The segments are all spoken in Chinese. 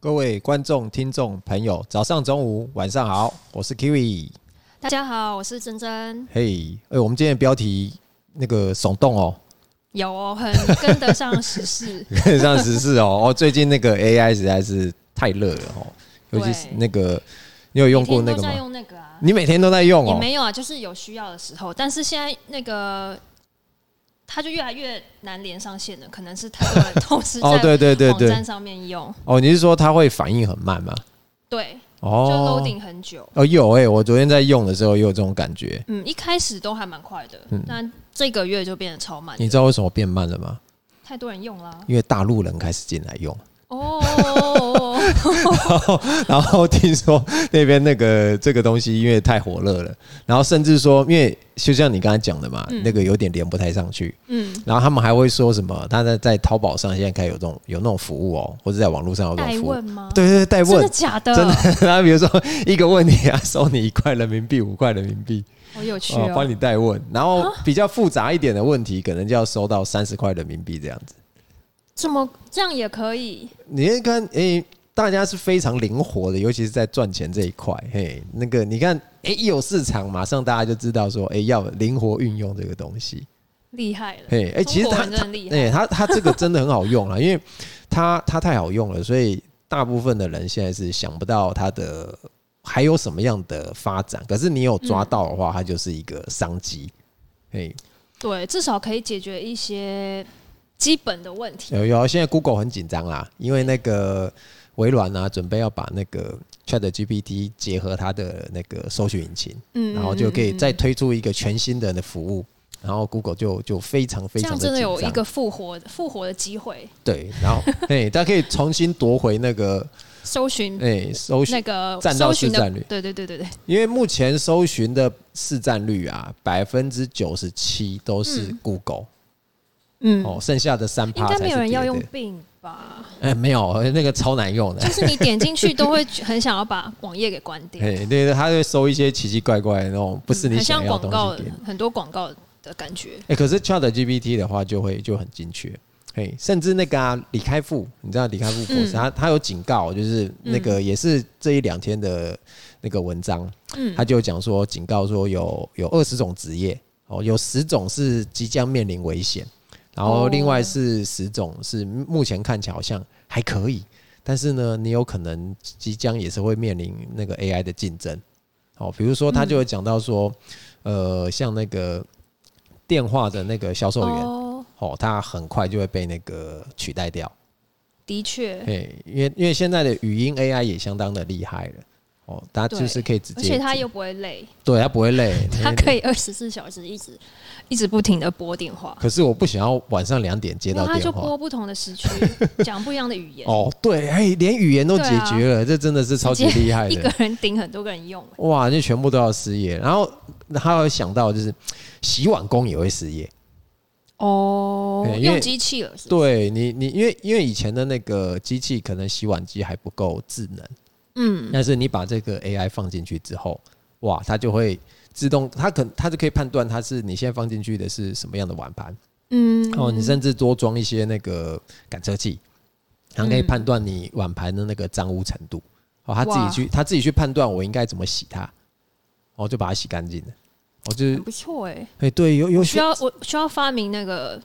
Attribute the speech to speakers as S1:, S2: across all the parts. S1: 各位观众、听众朋友，早上、中午、晚上好，我是 Kiwi。
S2: 大家好，我是珍珍。
S1: 嘿、哎，我们今天的标题那个耸动哦，。
S2: 有哦，很跟得上时事
S1: 跟上时事哦。哦，最近那个 AI 实在是太热了哦，尤其是
S2: 对
S1: 那个，你有 用过
S2: 每
S1: 那
S2: 天
S1: 个
S2: 都在
S1: 吗？
S2: 用那个啊？
S1: 你每天都在用
S2: 也
S1: 哦，
S2: 没有啊，就是有需要的时候。但是现在那个，它就越来越难连上线了，可能是太多 人同时在
S1: 哦，对对对
S2: 网站
S1: 对，
S2: 上面用，
S1: 哦，你是说它会反应很慢吗？
S2: 对，就
S1: 哦，
S2: loading 很久。
S1: 哦，有哎、我昨天在用的时候也有这种感觉。
S2: 嗯，一开始都还蛮快的，但这个月就变得超慢
S1: 嗯你，知道为什么变慢了吗？
S2: 太多人用啦。
S1: 因为大陆人开始进来用，
S2: 哦，
S1: 然后听说那边那个这个东西因为太火热了，然后甚至说，因为就像你刚才讲的嘛，那个有点连不太上去，
S2: 嗯，
S1: 然后他们还会说什么，他在在淘宝上现在开始有这种有那种服务哦，或者在网络上有这
S2: 代
S1: 种服务
S2: 问，吗？
S1: 对对对，代
S2: 真的
S1: 问。
S2: 假的？
S1: 真的，他比如说 一个问题啊，收你一块人民币、五块人民币，
S2: 好有趣
S1: 哦，帮
S2: 哦。
S1: 你代问。然后比较复杂一点的问题，可能就要收到三十块人民币这样子。
S2: 这么这样也可以？
S1: 你会看，诶、大家是非常灵活的，尤其是在赚钱这一块。嘿，那个你看，诶、一有市场，马上大家就知道说，诶、要灵活运用这个东西。
S2: 厉害了！
S1: 嘿，诶、哎其实
S2: 中国
S1: 它
S2: 人真的厉害
S1: 诶、它它这个真的很好用啦，啊因为它它太好用了，所以大部分的人现在是想不到它的还有什么样的发展。可是你有抓到的话，它就是一个商机。嘿，
S2: 对，至少可以解决一些基本的问题。
S1: 有有，现在 Google 很紧张啦，因为那个微软啊，准备要把那个 Chat GPT 结合它的那个搜索引擎，
S2: 嗯
S1: 然后就可以再推出一个全新的服务，然后 Google 就就非常非
S2: 这
S1: 常
S2: 样
S1: 的
S2: 真的有
S1: 紧
S2: 一
S1: 张
S2: 个复活复活的机会，
S1: 对，然后哎，它可以重新夺回那个
S2: 搜寻
S1: 哎搜
S2: 那
S1: 寻，
S2: 个
S1: 占到
S2: 搜寻
S1: 市占
S2: 的
S1: 率，
S2: 对对对对对，
S1: 因为目前搜寻的市占率啊，百分之九十七都是 Google、
S2: 嗯，
S1: 哦，剩下的三
S2: 应
S1: 趴
S2: 该
S1: 才
S2: 没有
S1: 是
S2: 人要
S1: 别
S2: 用
S1: 的
S2: 病吧？
S1: 哎，没有那个超难 用的，
S2: 就是你点进去都会很想要把网页给关 掉，嗯
S1: 哎，对，他会收一些奇奇怪怪的那种不是你
S2: 很
S1: 想
S2: 像
S1: 要
S2: 广
S1: 的
S2: 告
S1: 东西给你。，
S2: 很多广告的感觉。
S1: 哎、可是 Chat GPT 的话就会就很精确。嘿，甚至那个啊，李开复，你知道李开复
S2: 嗯
S1: 博士，他他有警告，就是那个也是这一两天的那个文章，
S2: 嗯
S1: 他就讲说，警告说有有二十种职业，哦，有十种是即将面临危险，然后
S2: 哦
S1: 另外是十种是目前看起来好像还可以，但是呢，你有可能即将也是会面临那个 AI 的竞争。哦，比如说他就有讲到说，呃，像那个电话的那个销售员，哦
S2: 哦，
S1: 他很快就会被那个取代掉。
S2: 的确，
S1: 对，因为因为现在的语音 AI 也相当的厉害了。哦，他就是
S2: 对
S1: 可以直接，
S2: 而且它又不会累，
S1: 对他不会 累，
S2: 它可
S1: 以。
S2: 以二十四小时一直一直不停的拨电话。
S1: 可是我不想要晚上两点接
S2: 然
S1: 到
S2: 后他
S1: 电
S2: 就
S1: 话
S2: 播。不同的 时区，讲不一样的语言，
S1: 哦，对，哎、连语言都解决了，这真的是超级厉害
S2: 啊一个
S1: 的。
S2: 人顶很多个人用。
S1: 哇，就全部都要失业，然后他有想到就是洗碗工也会失业，
S2: 哦
S1: 对因为
S2: 用机器了是不是？
S1: 对你，你因为因为以前的那个机器可能洗碗机还不够智能，
S2: 嗯，
S1: 但是你把这个 AI 放进去之后，哇，它就会自动，它可它就可以判断它是你现在放进去的是什么样的碗盘，
S2: 嗯，
S1: 哦，你甚至多装一些那个感测器，它
S2: 嗯
S1: 可以判断你碗盘的那个脏污程度，哦，它自己
S2: 哇
S1: 去它自己去判断我应该怎么洗它，哦，就把它洗干净了，哦，就是
S2: 很不错哎，
S1: 哎、对，有有
S2: 需要我需要发明那个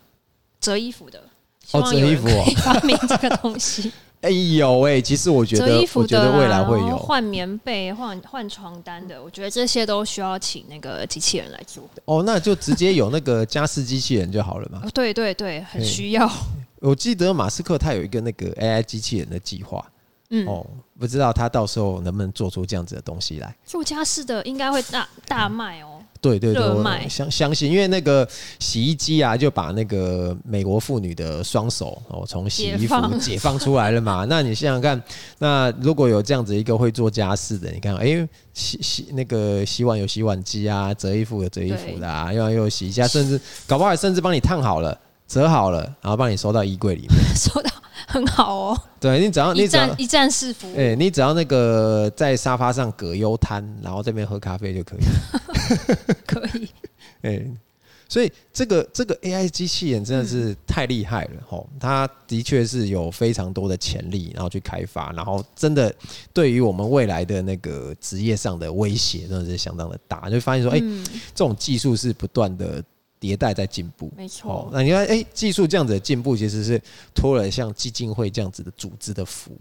S2: 折衣服的，希
S1: 哦
S2: 望
S1: 折
S2: 有
S1: 衣
S2: 人
S1: 服哦
S2: 可以发明这个东西，
S1: 哎、有哎、其实我 觉
S2: 折
S1: 得
S2: 衣服
S1: 我觉
S2: 的
S1: 得
S2: 啊，
S1: 未来会
S2: 然后
S1: 有。
S2: 换棉被、换换床单的，我觉得这些都需要请那个机器人来做。
S1: 哦，那就直接有那个家事机器人就好了嘛。
S2: 哦，对对对，很
S1: 嗯
S2: 需要。
S1: 我记得马斯克他有一个那个 AI 机器人的计划，
S2: 嗯，
S1: 哦，不知道他到时候能不能做出这样子的东西来。
S2: 做家事的应该会大大卖 哦。
S1: 对对对，
S2: 热
S1: 我
S2: 卖
S1: 相相信，因为那个洗衣机啊，就把那个美国妇女的双手哦从洗衣
S2: 解
S1: 服
S2: 放
S1: 解放出来了嘛。 那你想想看，那如果有这样子一个会做家事的，你看，哎、洗洗那个洗碗有洗碗机啊，折衣服有折衣服的啊，又又有洗衣机啊，甚至搞不好还甚至帮你烫好了。折好了，然后帮你收到衣柜里面。
S2: 收到很好哦，
S1: 对你只要你
S2: 一
S1: 只要
S2: 站一站式服务。
S1: 哎、你只要那个在沙发上 葛优瘫，然后这边喝咖啡就可以。
S2: 可以。
S1: 哎、所以这个这个 AI 机器人真的是太厉害了吼，它的确是有非常多的潜力，然后去开发，然后真的对于我们未来的那个职业上的威胁真的是相当的大，就发现说，哎、
S2: 嗯，
S1: 这种技术是不断的迭代在进步。
S2: 没
S1: 哦
S2: 错，，
S1: 那你看，哎、技术这样子的进步，其实是托了像基金会这样子的组织的福。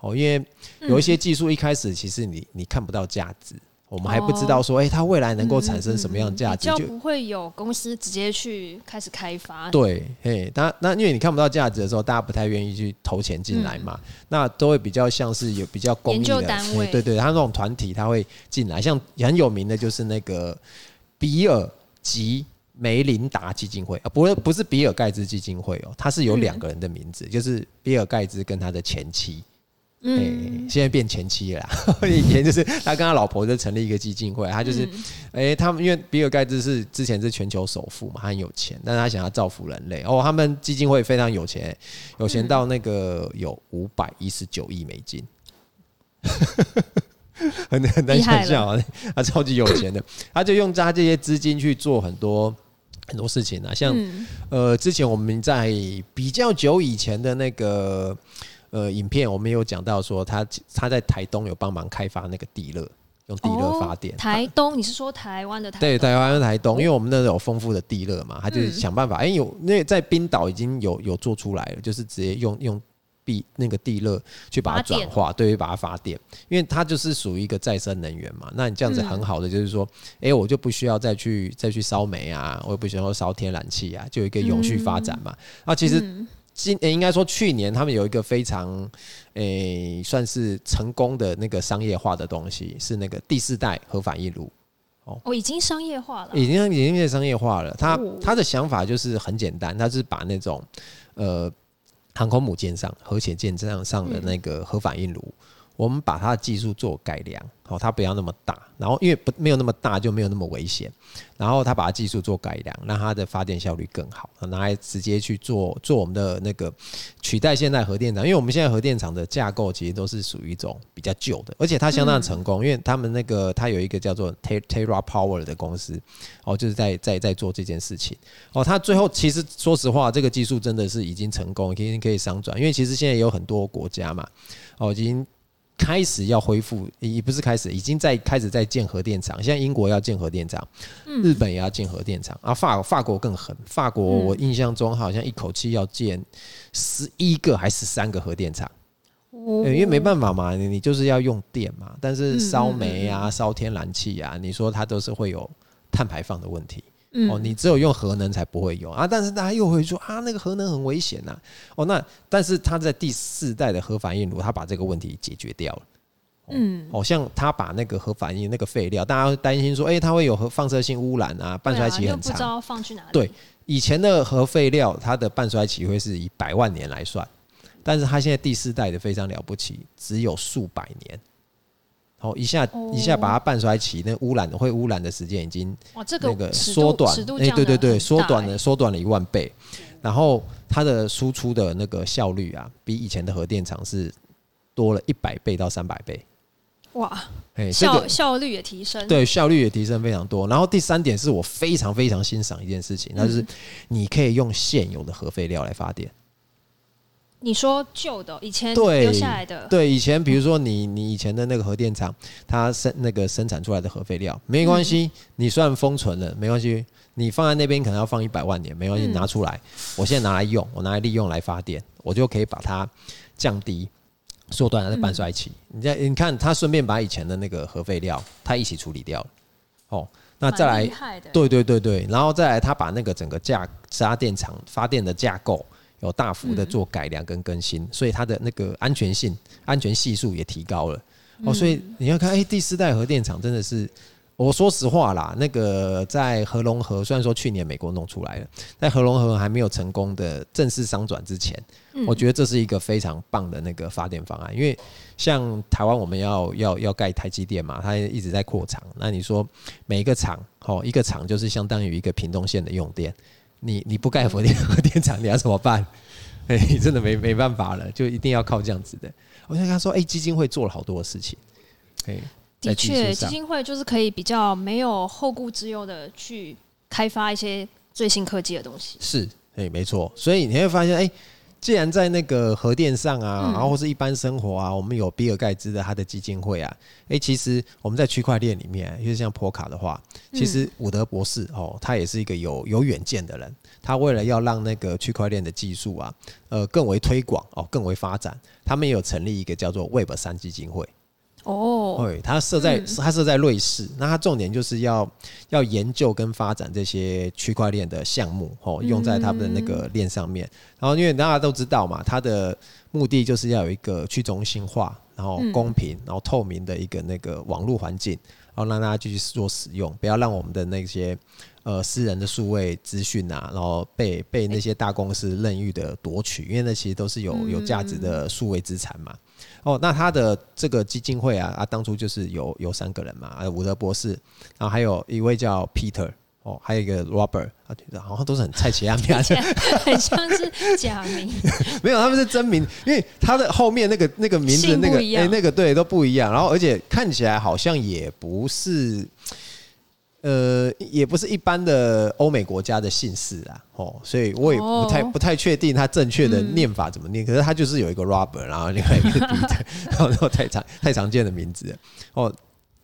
S1: 哦，因为有一些技术一开始其实你你看不到价值，我们还不知道说，哎、它未来
S2: 嗯
S1: 能够产生什么样的价值，
S2: 就
S1: 就
S2: 嗯不会有公司直接去开始开发。
S1: 对，嘿，那那因为你看不到价值的时候，大家不太愿意去投钱进来嘛，那都会比较像是有比较公益的
S2: 嗯研究单
S1: 嘿
S2: 位
S1: 对对，他那种团体他会进来，像很有名的就是那个比尔及梅琳达基金会啊，不是不是比尔盖茨基金会哦，它是
S2: 嗯
S1: 有两个人的名字，就是比尔盖茨跟他的前妻，哎、
S2: 嗯，
S1: 现在变前妻了 啦，以前就是他跟他老婆就成立一个基金会，他就是
S2: 嗯
S1: 诶，他们因为比尔盖茨是之前是全球首富嘛，他很有钱，但是他想要造福人类。哦，他们基金会非常有钱，有钱到那个有五百一十九亿美金， 很很难
S2: 厉害
S1: 想象啊，他超级有钱的，他就用他这些资金去做很多很多事情啊，像、
S2: 嗯
S1: 呃，之前我们在比较久以前的那个呃影片，我们有讲到说他他在台东有帮忙开发那个地热，用地热
S2: 哦
S1: 发电，
S2: 台东，你是说台湾的台？
S1: 啊对，，台湾台东，因为我们那时候有丰富的地热嘛，他就是
S2: 嗯
S1: 想办法，哎、有那在冰岛已经有有做出来了，就是直接用用地那个地热去把它
S2: 发电
S1: 转化，对，把它发电，因为它就是属于一个再生能源嘛。那你这样子
S2: 嗯
S1: 很好的就是说，哎、我就不需要再去再去烧煤啊，我也不需要烧天然气啊，就有一个永续发展嘛。那其实
S2: 嗯
S1: 今、呃应该说去年他们有一个非常诶、算是成功的那个商业化的东西，是那个第四代核反应炉。
S2: 哦，已经商业化了。
S1: 已经已经变商业化了。他
S2: 哦
S1: 他的想法就是很简单，他是把那种呃航空母舰上、核潜舰上上的那个核反应炉，
S2: 嗯
S1: 我们把它的技术做改良，好、它不要那么大，然后因为不没有那么大就没有那么危险，然后他把它技术做改良，让它的发电效率更好，拿来直接去做做我们的那个取代现在核电厂，因为我们现在核电厂的架构其实都是属于一种比较旧的，而且它
S2: 嗯
S1: 相当成功，因为他们那个它有一个叫做 Te- Terra Power 的公司，哦，就是在在在做这件事情。哦，它最后其实说实话，这个技术真的是已经成功，已经可以商转，因为其实现在有很多国家嘛，哦，已经。开始要恢复，也不是开始，已经在开始在建核电厂。现在英国要建核电厂，日本也要建核电厂啊，法法国更狠，法国
S2: 嗯
S1: 我印象中好像一口气要建十一个还是三个核电厂、
S2: 哦
S1: 呃因为没办法嘛，你你就是要用电嘛，但是
S2: 嗯
S1: 烧煤啊、烧天然气啊，你说它都是会有碳排放的问题。
S2: 嗯
S1: 哦，你只有用核能才不会有啊。但是大家又会说啊，那个核能很危险呐、哦，那但是他在第四代的核反应炉，他把这个问题解决掉了。
S2: 嗯，
S1: 哦，像他把那个核反应那个废料，大家会担心说，哎、它会有核放射性污染啊，半衰期
S2: 对啊又
S1: 很
S2: 不知
S1: 长。
S2: 道放去哪里。
S1: 对，以前的核废料，它的半衰期会是以百万年来算，但是它现在第四代的非常了不起，只有数百年。哦，一下
S2: 哦
S1: 一下把它半衰期，那污染会污染的时间已经
S2: 哇，这
S1: 那
S2: 个
S1: 个
S2: 尺度
S1: 缩短
S2: 尺度，
S1: 哎，
S2: 降
S1: 对对
S2: 得
S1: 对，
S2: 很
S1: 缩
S2: 大
S1: 短
S2: 哎
S1: 了，缩短了一万倍，然后它的输出的那个效率啊，比以前的核电厂是多了一百倍到三百倍，
S2: 哇，
S1: 哎，这
S2: 效
S1: 个
S2: 效率也提升。
S1: 对效率也提升非常多。然后第三点是我非常非常欣赏一件事情，那就是
S2: 嗯
S1: 你可以用现有的核废料来发电。
S2: 你说旧的以前
S1: 对
S2: 留下来的，
S1: 对，以前比如说你你以前的那个核电厂，它生那个生产出来的核废料没关
S2: 嗯
S1: 系，你虽然封存了没关系，你放在那边可能要放一百万年没关系，
S2: 嗯
S1: 拿出来，我现在拿来用，我拿来利用来发电，我就可以把它降低。缩短它的半衰期，
S2: 嗯
S1: 你在你看，它顺便把以前的那个核废料，它一起处理掉了。哦，那再
S2: 蛮
S1: 来
S2: 厉，害的，
S1: 对对对对，然后再来，他把那个整个架发电厂发电的架构有大幅的做改良跟更新，所以它的那个安全性、安全系数也提高了。哦，所以你要看，哎、第四代核电厂真的是，我说实话啦，那个在合龙河，虽然说去年美国弄出来了，在合龙河还没有成功的正式商转之前，
S2: 嗯
S1: 我觉得这是一个非常棒的那个发电方案，因为像台湾我们要要要盖台积电嘛，它一直在扩厂，那你说每一个厂，哦，一个厂就是相当于一个屏东县的用电，你你不盖核电核电 厂，你要怎么办？ 哎、真的没没办法了，就一定要靠这样子的。我就跟他说，哎、基金会做了好多的事情，哎、在
S2: 的
S1: 技
S2: 确，
S1: 术
S2: 基
S1: 上，
S2: 金会就是可以比较没有后顾之忧的去开发一些最新科技的东西。
S1: 是，哎、没错。所以你会发现，哎、既然在那个核电上啊，
S2: 嗯
S1: 然后或是一般生活啊，我们有比尔盖茨的他的基金会啊，哎、其实我们在区块链里面，因为像波卡的话，其实伍德博士哦，他也是一个有有远见的人。他为了要让那个区块链的技术啊，呃，更为推广哦，更为发展，他们也有成立一个叫做 Web 三基金会。
S2: 哦，
S1: 对，哎它设在、
S2: 嗯
S1: 它设在瑞士，那它重点就是要要研究跟发展这些区块链的项目哦，用在他们的那
S2: 嗯
S1: 个链上面。然后因为大家都知道嘛，它的目的就是要有一个去中心化，然后
S2: 嗯
S1: 公平，然后透明的一个那个网络环境，然后让大家继续做使用，不要让我们的那些。呃，私人的数位资讯啊，然后被被
S2: 哎
S1: 那些大公司任意的夺取，因为那其实都是有有价值
S2: 嗯
S1: 的数位资产嘛。哦，那他的这个基金会啊，啊，当初就是有有三个人嘛，啊，伍德博士，然后还有一位叫 Peter，哦，还有一个 Robert，啊，好像都是很菜奇亚米亚
S2: 很像是假名。
S1: 没有，他们是真名，因为他的后面那个那个名字
S2: 姓
S1: 那个哎
S2: 不一样
S1: 那个对都不一样，然后而且看起来好像也不是，呃，也不是一般的欧美国家的姓氏啊，哦，所以我也不太、
S2: 哦嗯
S1: 不太确定他正确的念法怎么念，可是他就是有一个 Robert，然后另外一个 Peter，然后然后太常太常见的名字了哦。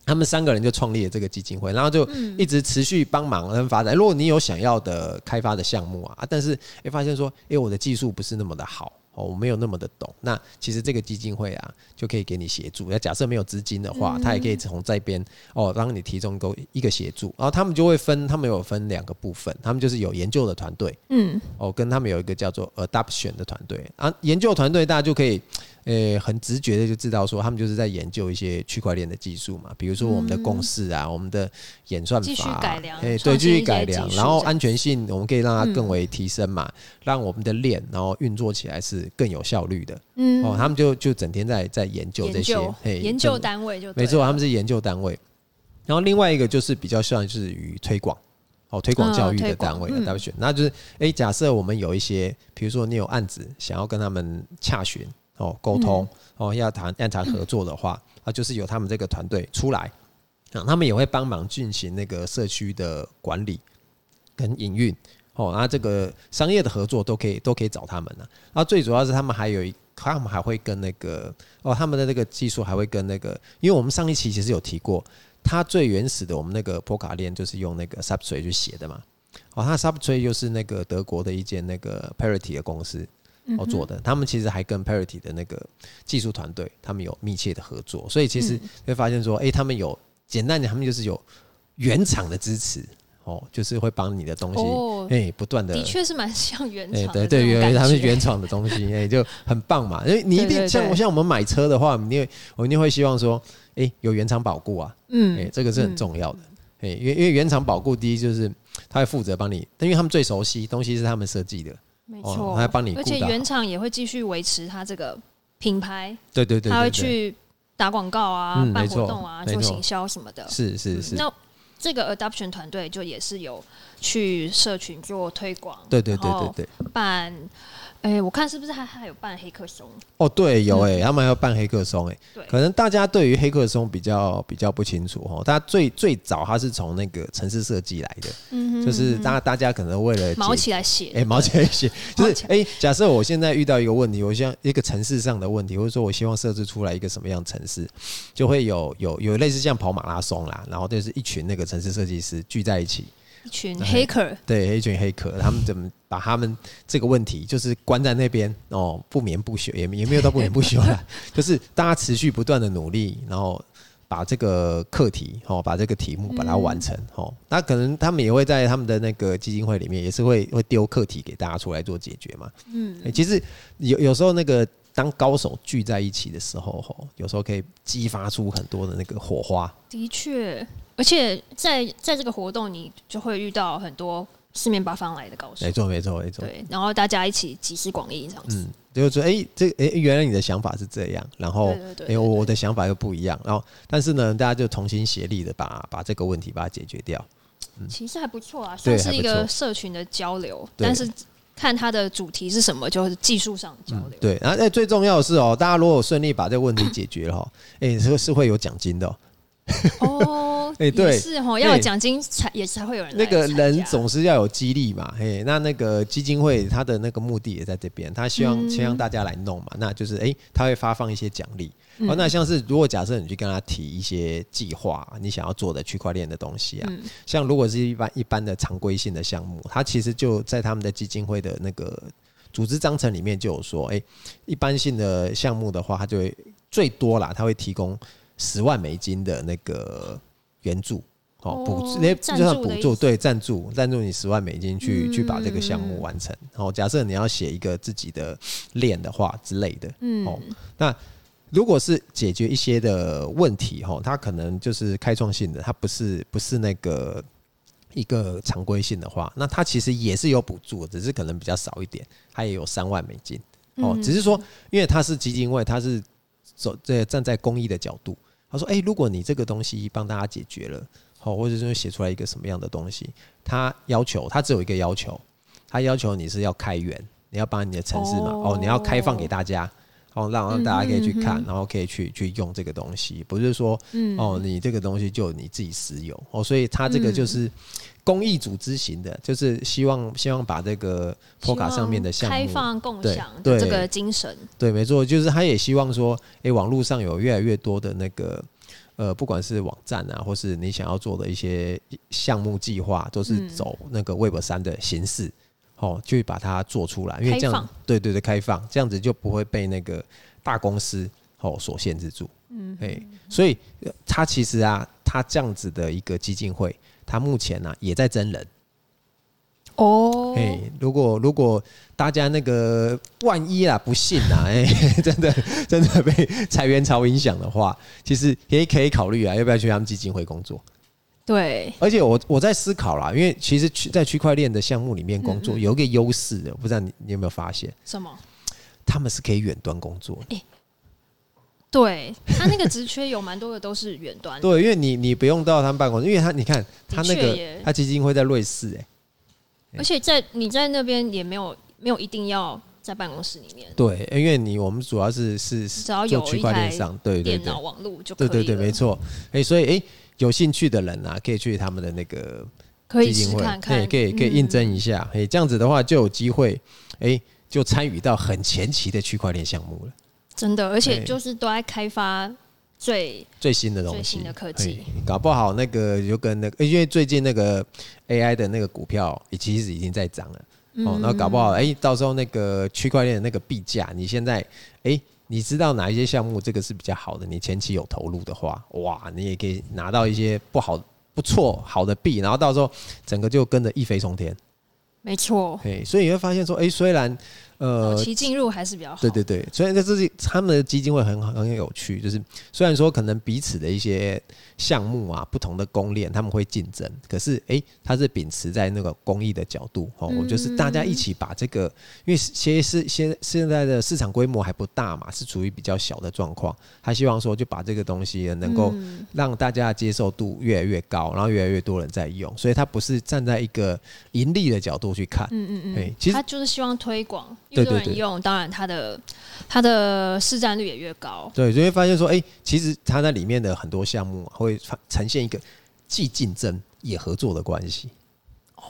S1: 他们三个人就创立了这个基金会，然后就一直持续帮忙跟发展。如果你有想要的开发的项目啊，啊但是会发现说，诶，我的技术不是那么的好哦，我没有那么的懂。那其实这个基金会啊，就可以给你协助。那假设没有资金的话，他也可以从这边哦，让你提供够一个协助。然后他们就会分，他们有分两个部分，他们就是有研究的团队，
S2: 嗯，
S1: 哦，跟他们有一个叫做 adoption 的团队啊，研究团队大家就可以，呃，很直觉的就知道说，他们就是在研究一些区块链的技术嘛，比如说我们的共识啊，我们的演算法、啊，
S2: 嗯继续改良
S1: 哎，对，
S2: 创
S1: 继
S2: 新一
S1: 续
S2: 些
S1: 改
S2: 技
S1: 良，
S2: 术嗯
S1: 然后
S2: 这样
S1: 安全性我们可以让它更为提升嘛，让我们的链然后运作起来是更有效率的。
S2: 嗯
S1: 哦，他们就就整天在在研究这
S2: 研
S1: 些
S2: 究，
S1: 嘿
S2: 研究单位就对
S1: 没错，
S2: 了
S1: 他们是研究单位。然后另外一个就是比较像是于推广，哦，推广
S2: 嗯
S1: 教育的
S2: 推广
S1: 单位
S2: 嗯
S1: 单位选，那就是诶，假设我们有一些，比如说你有案子想要跟他们洽询，哦，沟通，
S2: 嗯
S1: 哦，要谈要谈合作的话，啊，就是由他们这个团队出来，啊，他们也会帮忙进行那个社区的管理跟营运。哦，那这个商业的合作都可以，都可以找他们呢、啊。那最主要是他们还有一，他们还会跟那个哦，他们的这个技术还会跟那个，因为我们上一期其实有提过，它最原始的我们那个波卡链就是用那个 Substrate 去写的嘛。哦，它 Substrate 又是那个德国的一间那个 Parity 的公司
S2: 嗯
S1: 哦做的，他们其实还跟 Parity 的那个技术团队，他们有密切的合作，所以其
S2: 嗯
S1: 实会发现说，诶，他们有简单点，他们就是有原厂的支持哦，就是会帮你的东西，诶，
S2: 哦
S1: 不断的
S2: 的确是蛮像原
S1: 哎、
S2: 厂
S1: 对对，
S2: 的这种
S1: 原
S2: 感
S1: 他们是
S2: 觉
S1: 原厂的东西，哎、就很棒嘛。因为你一定
S2: 对对
S1: 像我
S2: 对
S1: 像我们买车的话，你一定会我一定会希望说，哎、有原厂保固啊，哎、
S2: 嗯，
S1: 这个是很重要的。哎、因为因为原厂保固，第一就是他会负责帮你，但因为他们最熟悉东西是他们设计的，
S2: 没
S1: 哦
S2: 错，
S1: 他还帮你
S2: 而
S1: 顾
S2: 且
S1: 到
S2: 原厂也会继续维持它这个品牌，
S1: 对对对
S2: 他
S1: 对
S2: 会
S1: 对
S2: 去打广告啊、
S1: 嗯
S2: 办
S1: 没错
S2: 活动啊、
S1: 没
S2: 做
S1: 错
S2: 行销什么的。
S1: 是是
S2: 嗯
S1: 是，
S2: 那这个 adoption 团队就也是有去社群做推广，
S1: 对对对对
S2: 然后
S1: 对。
S2: 办，哎、我看是不是还还有办黑客松？
S1: 哦，对，有哎、他们还要办黑客松哎、
S2: 嗯对
S1: 可能大家对于黑客松比较比较不清楚哦。大家最最早它是从那个城市设计来的，
S2: 嗯
S1: 就是大大家可能为了
S2: 毛
S1: 解
S2: 起来写，
S1: 哎、毛起来 写，就是
S2: 毛起
S1: 哎、假设我现在遇到一个问题，我像一个城市上的问题，或者说我希望设置出来一个什么样的城市，就会有有有类似像跑马拉松啦，然后就是一群那个城市设计师聚在一起，
S2: 一群
S1: 哎
S2: 黑客，
S1: 对，一群黑客，他们怎么把他们这个问题就是关在那边哦，不眠不休，也也没有到不眠不休 啦，就是大家持续不断的努力，然后把这个课题哦，把这个题目把它完
S2: 嗯
S1: 成、哦。那可能他们也会在他们的那个基金会里面，也是会会丢课题给大家出来做解决嘛。嗯，其实有有时候那个。当高手聚在一起的时候，吼，有时候可以激发出很多的那个火花。
S2: 的确，而且在在这个活动，你就会遇到很多四面八方来的高手
S1: 没，错，没错，没错。
S2: 对，然后大家一起集思广益这样子，
S1: 嗯，就是说，哎、这哎、诶原来你的想法是这样，然后，
S2: 对对对
S1: 哎、
S2: 对
S1: 我
S2: 对
S1: 我的想法又不一样，然后，但是呢，大家就同心协力的把把这个问题把它解决掉。
S2: 其实还不错啊，
S1: 对
S2: 算是一
S1: 还不
S2: 个
S1: 错
S2: 社群的交流，
S1: 对
S2: 但是看它的主题是什么，就是技术上的交流，
S1: 对，然后，哎、最重要的是哦，大家如果顺利把这个问题解决了哦，哎、是是会有奖金的、哦。
S2: 哦，
S1: 哎、对
S2: 也，是哦，要有
S1: 对
S2: 奖金才也才会有人来
S1: 那个
S2: 参
S1: 人
S2: 加
S1: 总是要有激励嘛，嘿，那那个基金会它的那个目的也在这边，他希望
S2: 嗯
S1: 先让大家来弄嘛，那就是诶，他会发放一些奖励。哦，
S2: 嗯
S1: 那像是如果假设你去跟他提一些计划，你想要做的区块链的东西啊，
S2: 嗯
S1: 像如果是一般一般的常规性的项目，它其实就在他们的基金会的那个组织章程里面就有说，诶，一般性的项目的话，它就会最多啦，它会提供十万美金的那个援助。哦
S2: 哦，
S1: 补助那就
S2: 赞
S1: 算
S2: 助
S1: 补
S2: 的意
S1: 助，
S2: 思
S1: 对，赞助赞助你十万美金去、去把这个项
S2: 嗯
S1: 目完成。哦，假设你要写一个自己的 链的话之类的，
S2: 嗯
S1: 哦如果是解决一些的问题哈，它可能就是开创性的，它不是不是那个一个常规性的话，那它其实也是有补助，只是可能比较少一点，它也有三万美金哦。
S2: 嗯
S1: 只是说，因为它是基金会，它是走这站在公益的角度，他说，诶，哎如果你这个东西帮大家解决了，好，或者是写出来一个什么样的东西，他要求他只有一个要求，他要求你是要开源，你要把你的城市嘛，
S2: 哦
S1: 哦，你要开放给大家。哦，让让大家可以去看，
S2: 嗯哼嗯哼
S1: 然后可以去去用这个东西，不是说
S2: 嗯
S1: 哦，你这个东西就你自己私有哦，所以它这个
S2: 嗯
S1: 就是公益组织型的，就是希望希望把这个 p o
S2: 希
S1: c a
S2: 望
S1: 上面的项
S2: 开
S1: 目，
S2: 放共
S1: 对
S2: 享的
S1: 对
S2: 这个精神，
S1: 对，没错，就是他也希望说，诶，网络上有越来越多的那个，呃，不管是网站啊，或是你想要做的一些项目计划，都是
S2: 嗯
S1: 走那个 Web 三的形式，哦，去把它做出来，因为
S2: 开
S1: 这样
S2: 放，
S1: 对对对，开放，这样子就不会被那个大公司哦所限制住，
S2: 嗯，
S1: 哎、所以呃他其实啊，他这样子的一个基金会，他目前呢、啊、也在真人。
S2: 哦，
S1: 哎、如果如果大家那个万一啦，不幸 啦，哎、真的真的被裁员潮影响的话，其实也可以考虑啊，要不要去他们基金会工作？
S2: 对，
S1: 而且我我在思考啦，因为其实区在区块链的项目里面工作
S2: 嗯嗯
S1: 有一个优势的，我不知道你你有没有发现，
S2: 什么？
S1: 他们是可以远端工作的。
S2: 对他那个职缺有蛮多的都是远端，
S1: 对，因为你你不用到他们办公室，因为他你看他那
S2: 嗯的
S1: 个
S2: 确耶
S1: 他基金会在瑞士、哎，
S2: 而且在你在那边也没有没有一定要在办公室里面，
S1: 对，因为你我们主要是是
S2: 只要
S1: 做
S2: 有
S1: 区
S2: 一
S1: 块链
S2: 台
S1: 上，对对
S2: 电
S1: 对
S2: 脑。网络就可以
S1: 对
S2: 了，
S1: 对对，没错。哎、所以哎、诶有兴趣的人啊，可以去他们的那个
S2: 可以
S1: 基
S2: 试
S1: 金会，
S2: 看
S1: 嘿
S2: 看，
S1: 可以可以
S2: 嗯
S1: 应征一下。哎、这样子的话就有机会，哎、就参与到很前期的区块链项目了，
S2: 真的，而且
S1: 对
S2: 就是都在开发最
S1: 最新的东西，
S2: 最新的科技
S1: 嘿搞不好那个就跟那个，因为最近那个 AI 的那个股票也其实已经在涨了。
S2: 嗯
S1: 哦，然后搞不好，哎、到时候那个区块链的那个币价，你现在，哎、你知道哪一些项目这个是比较好的？你前期有投入的话，哇，你也可以拿到一些不好、不错、好的币，然后到时候整个就跟着一飞冲天。
S2: 没错，
S1: 嘿，所以你会发现说，哎、虽然，呃
S2: 早，期进入还是比较好，
S1: 对对对，所以这是他们的基金会很好很有趣，就是虽然说可能彼此的一些项目啊，不同的公链他们会竞争，可是诶，它是秉持在那个公益的角度
S2: 嗯
S1: 哦，我就是大家一起把这个，因为现是现现在的市场规模还不大嘛，是处于比较小的状况，他希望说就把这个东西能够
S2: 嗯
S1: 让大家的接受度越来越高，然后越来越多人在用，所以他不是站在一个盈利的角度去看，
S2: 嗯嗯
S1: 哎
S2: 嗯，
S1: 其实
S2: 他就是希望推广，越
S1: 对对
S2: 多人
S1: 对
S2: 用，当然他的他的市占率也越高，
S1: 对，就会发现说，哎、其实它在里面的很多项目、啊、会发呈现一个既竞争也合作的关系。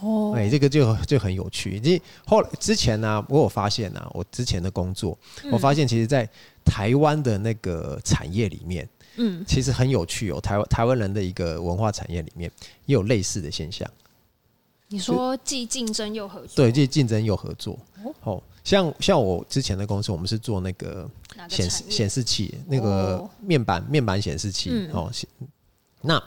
S2: 哦
S1: 哎、这个就就很有趣。你后来之前呢、我有发现呢、啊我之前的工作，
S2: 嗯
S1: 我发现其实，在台湾的那个产业里面，
S2: 嗯，
S1: 其实很有趣哦。台湾台湾人的一个文化产业里面，也有类似的现象。
S2: 你说既竞争又合作，
S1: 对，就是竞争又合作
S2: 哦。
S1: 哦，像像我之前的公司，我们是做那个
S2: 哪个
S1: 显示
S2: 产业？
S1: 显示器那个
S2: 哦
S1: 面板、面板显示器、
S2: 嗯
S1: 哦。显那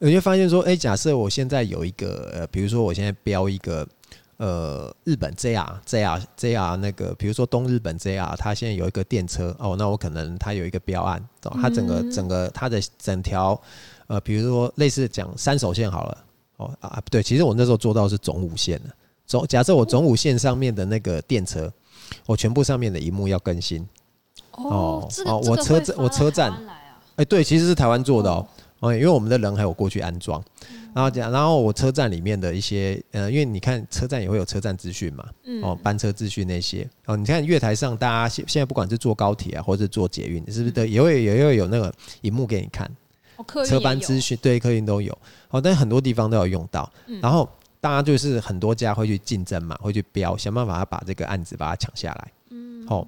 S1: 我就发现说，哎、假设我现在有一个，呃，比如说我现在标一个，呃，日本 JR JR JR 那个，比如说东日本 JR，它现在有一个电车哦，那我可能它有一个标案，哦、它整个、
S2: 嗯
S1: 整个它的整条，呃，比如说类似讲三手线好了，哦啊啊不对，其实我那时候做到的是总五线的，总假设我总五线上面的那个电车，我全部上面的荧幕要更新，
S2: 哦
S1: 哦，
S2: 这个
S1: 哦
S2: 这
S1: 我
S2: 个
S1: 车
S2: 会
S1: 站
S2: 发
S1: 我
S2: 到
S1: 车
S2: 台
S1: 站
S2: 湾来啊
S1: 哎、对，其实是台湾做的哦、哦、因为我们的人还有过去安装，
S2: 嗯
S1: 然后讲，然后我车站里面的一些，呃，因为你看车站也会有车站资讯嘛，
S2: 嗯
S1: 哦，班车资讯那些，哦，你看月台上大家现现在不管是坐高铁啊，或者是坐捷运，是不是都也会也会有那个荧幕给你看？
S2: 哦嗯客运
S1: 车班
S2: 也有
S1: 资讯，对客运都有。好，但很多地方都有用到。
S2: 嗯
S1: 然后大家就是很多家会去竞争嘛，会去标，想办法把这个案子把它抢下来。
S2: 嗯，
S1: 好、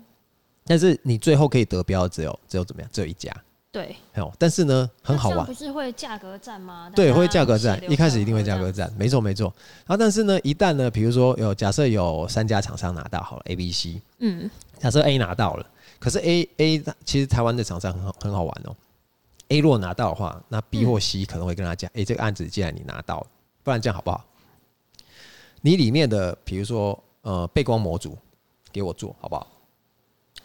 S1: 但是你最后可以得标的只有只有怎么样？只有一家。
S2: 对，
S1: 哦，但是呢，很
S2: 那
S1: 好
S2: 这样
S1: 玩
S2: 不。是会价格战吗？
S1: 对，
S2: 大家
S1: 会价格战
S2: 血，流
S1: 一开始一定会
S2: 成
S1: 价
S2: 河
S1: 格
S2: 这样
S1: 战，没错没错。然后但是呢，一旦呢，比如说有假设有三家厂商拿到好了 A、B、C，
S2: 嗯，
S1: 假设 A 拿到了，可是 A A 其实台湾的厂商很好很好玩哦。A 如果拿到的话，那 B
S2: 嗯
S1: 或 C 可能会跟他讲：“诶，这个案子既然你拿到了，不然这样好不好？你里面的比如说呃背光模组给我做好不好？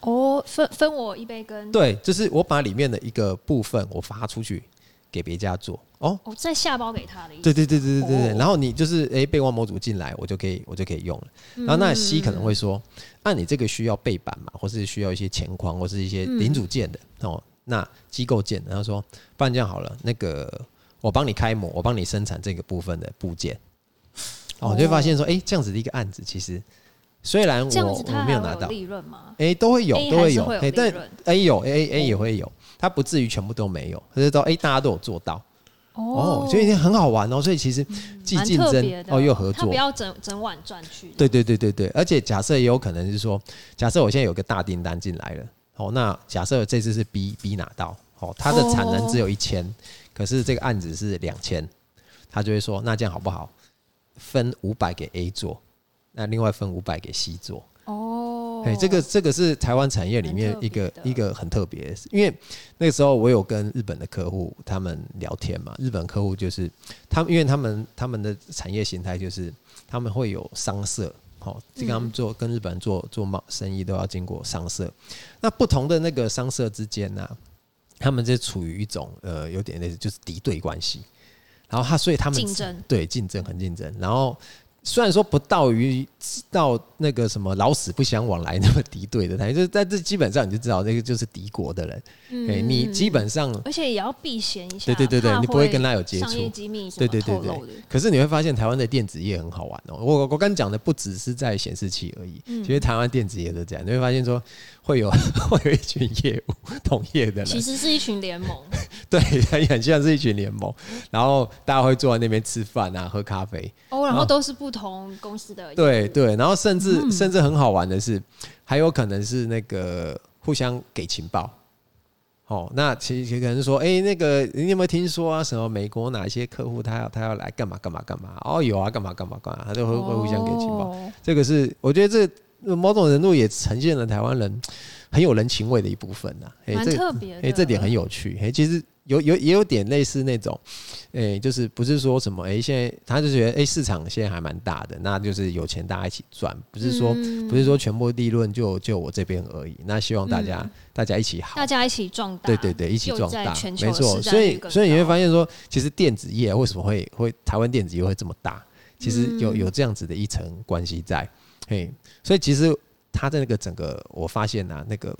S2: 哦，分分我一杯羹，，
S1: 对，就是我把里面的一个部分我发出去给别家做哦。
S2: 哦，再下包给他的意思，
S1: 对对对对对对对。
S2: 哦
S1: 然后你就是诶背光模组进来，我就可以我就可以用了。
S2: 嗯，
S1: 然后那 C 可能会说，按、你这个需要背板嘛，或是需要一些前框，或是一些零组件的、哦，那机构件的，然后说，不然这样好了，那个我帮你开模，我帮你生产这个部分的部件，哦，你就会发现说，哎、这样子的一个案子，其实虽然
S2: 这样
S1: 我
S2: 子
S1: 我
S2: 他
S1: 没
S2: 还
S1: 有拿
S2: 会有
S1: 到，
S2: 利润吗？
S1: 哎、都会有
S2: A
S1: 都
S2: 还
S1: 会
S2: 是
S1: 有，
S2: 会有
S1: 哎、
S2: 利
S1: 但
S2: 润
S1: A 有 A A 也会有，它不至于全部都没有，可是到 A 大家都有做到，哦，所以已经很好玩哦，所以其实既
S2: 嗯蛮
S1: 竞
S2: 特
S1: 争
S2: 别的
S1: 哦又合
S2: 他
S1: 作
S2: 不，要整整晚赚去，
S1: 对对对对对，而且假设也有可能是说，假设我现在有个大订单进来了，哦，那假设这次是 B B 拿到，哦，它的产能只有一千、可是这个案子是两千，他就会说，那这样好不好？分五百给 A 做，那另外分五百给 C 做。
S2: 哦，
S1: 哎、这个这个是台湾产业里面
S2: 蛮特
S1: 一
S2: 别
S1: 个
S2: 的
S1: 一个很特别的事，因为那个时候我有跟日本的客户他们聊天嘛，日本客户就是他们，因为他们他们的产业形态就是他们会有商社，好、哦，就跟他
S2: 嗯
S1: 们做、跟日本人做做贸生意都要经过商社，那不同的那个商社之间呢、他们就处于一种呃有点类似就是敌对关系，然后他所以他们
S2: 竞争
S1: 对竞争很竞争，然后虽然说不到于到那个什么老死不相往来那么敌对的态度， 就是在这基本上你就知道那个就是敌国的人，
S2: 嗯
S1: 哎、你基，本上
S2: 而且也要避嫌一下，
S1: 对对对对
S2: 怕
S1: 你不会跟他有接触
S2: 商业机密什
S1: 对
S2: 么
S1: 对对
S2: 透露的
S1: 对，可是你会发现台湾的电子业很好玩哦。我我刚刚讲的不只是在显示器而已，
S2: 嗯
S1: 其实台湾电子业都这样，你会发现说会有 会有一群业务同业的
S2: 其
S1: 人，
S2: 实是一群 联盟，
S1: 对，很像是一群联盟，然后大家会坐在那边吃饭啊，喝咖啡，
S2: 哦，然
S1: 然后
S2: 后都是不同公司的业务，嗯
S1: 对对，然后甚至、甚至很好玩的是，还有可能是那个互相给情报。哦，那其实可能说，哎、那个你有没有听说啊？什么美国哪些客户他要他要来干嘛干嘛干嘛？哦，有啊，干嘛干嘛干嘛，他就会会互相给情报。
S2: 哦
S1: 这个是我觉得这某种程度也呈现了台湾人很有人情味的一部分呐、啊。哎、
S2: 蛮
S1: 这
S2: 特别的，嗯
S1: 哎、这点很有趣。哎、其实有有也有点类似那种，哎、就是不是说什么哎、现在他就觉得哎、市场现在还蛮大的，那就是有钱大家一起赚，不是说、
S2: 嗯
S1: 不是说全部利润就就我这边而已。那希望大家、
S2: 嗯
S1: 大家一起好
S2: 大。家一起壮大，
S1: 对对对，一起壮大
S2: 又在，全球
S1: 没错。
S2: 市占
S1: 所
S2: 率
S1: 以
S2: 更
S1: 所以你会
S2: 高
S1: 发现说，其实电子业啊为什么会会台湾电子业会这么大，其实有
S2: 嗯
S1: 有这样子的一层关系在。嘿，所以其实他在那个整个，我发现啊，那个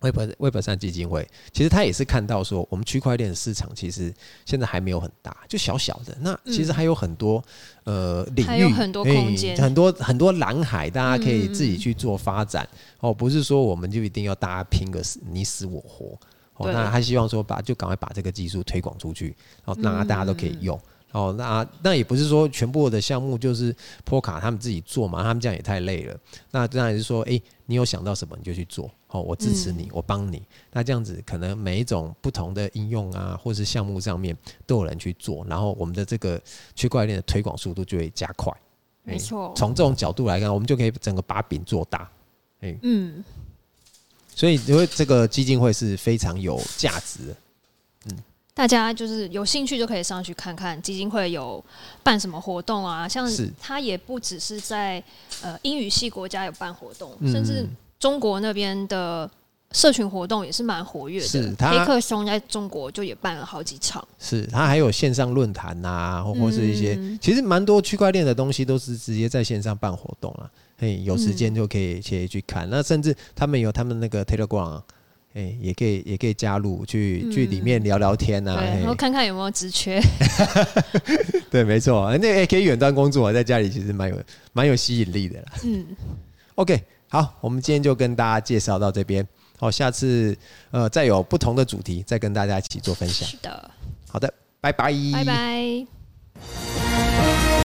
S1: 微本微本善基金会，其实他也是看到说，我们区块链的市场其实现在还没有很大，就小小的。那其实还有很多、呃领域，
S2: 嗯还有很多
S1: 嘿
S2: 空间
S1: 很多很多蓝海，大家可以自己
S2: 嗯
S1: 去做发展。哦，不是说我们就一定要大家拼个死你死我活。哦，
S2: 对
S1: 那他希望说把就赶快把这个技术推广出去，然后让大家都可以用。哦，那那也不是说全部的项目就是波卡他们自己做嘛，他们这样也太累了。那当然是说，诶，你有想到什么你就去做，哦，我支持你，我帮你。那这样子可能每一种不同的应用啊，或是项目上面都有人去做，然后我们的这个区块链的推广速度就会加快。
S2: 没错，
S1: 从这种角度来看，我们就可以整个把饼做大。
S2: 嗯，
S1: 所以，因为这个基金会是非常有价值的。
S2: 大家就是有兴趣就可以上去看看基金会有办什么活动啊，像
S1: 是
S2: 它也不只是在呃英语系国家有办活动，
S1: 嗯
S2: 甚至中国那边的社群活动也是蛮活跃的
S1: 是。它
S2: 黑客松在中国就也办了好几场，
S1: 是，它还有线上论坛呐，或或是一些，
S2: 嗯
S1: 其实蛮多区块链的东西都是直接在线上办活动啦。嘿，有时间就可以可以去看。那甚至他们有他们那个 Telegram，啊哎，也可以也可以加入去去里面聊聊天呐。
S2: 嗯对，然后
S1: 啊嘿
S2: 看看有没有职缺，
S1: 对，没错，那也可以远端工作啊，在家里其实蛮有蛮有吸引力的啦。
S2: 嗯，
S1: OK，好，我们今天就跟大家介绍到这边。好，下次呃再有不同的主题再跟大家一起做分享。
S2: 是的，
S1: 好的，拜拜，
S2: 拜拜。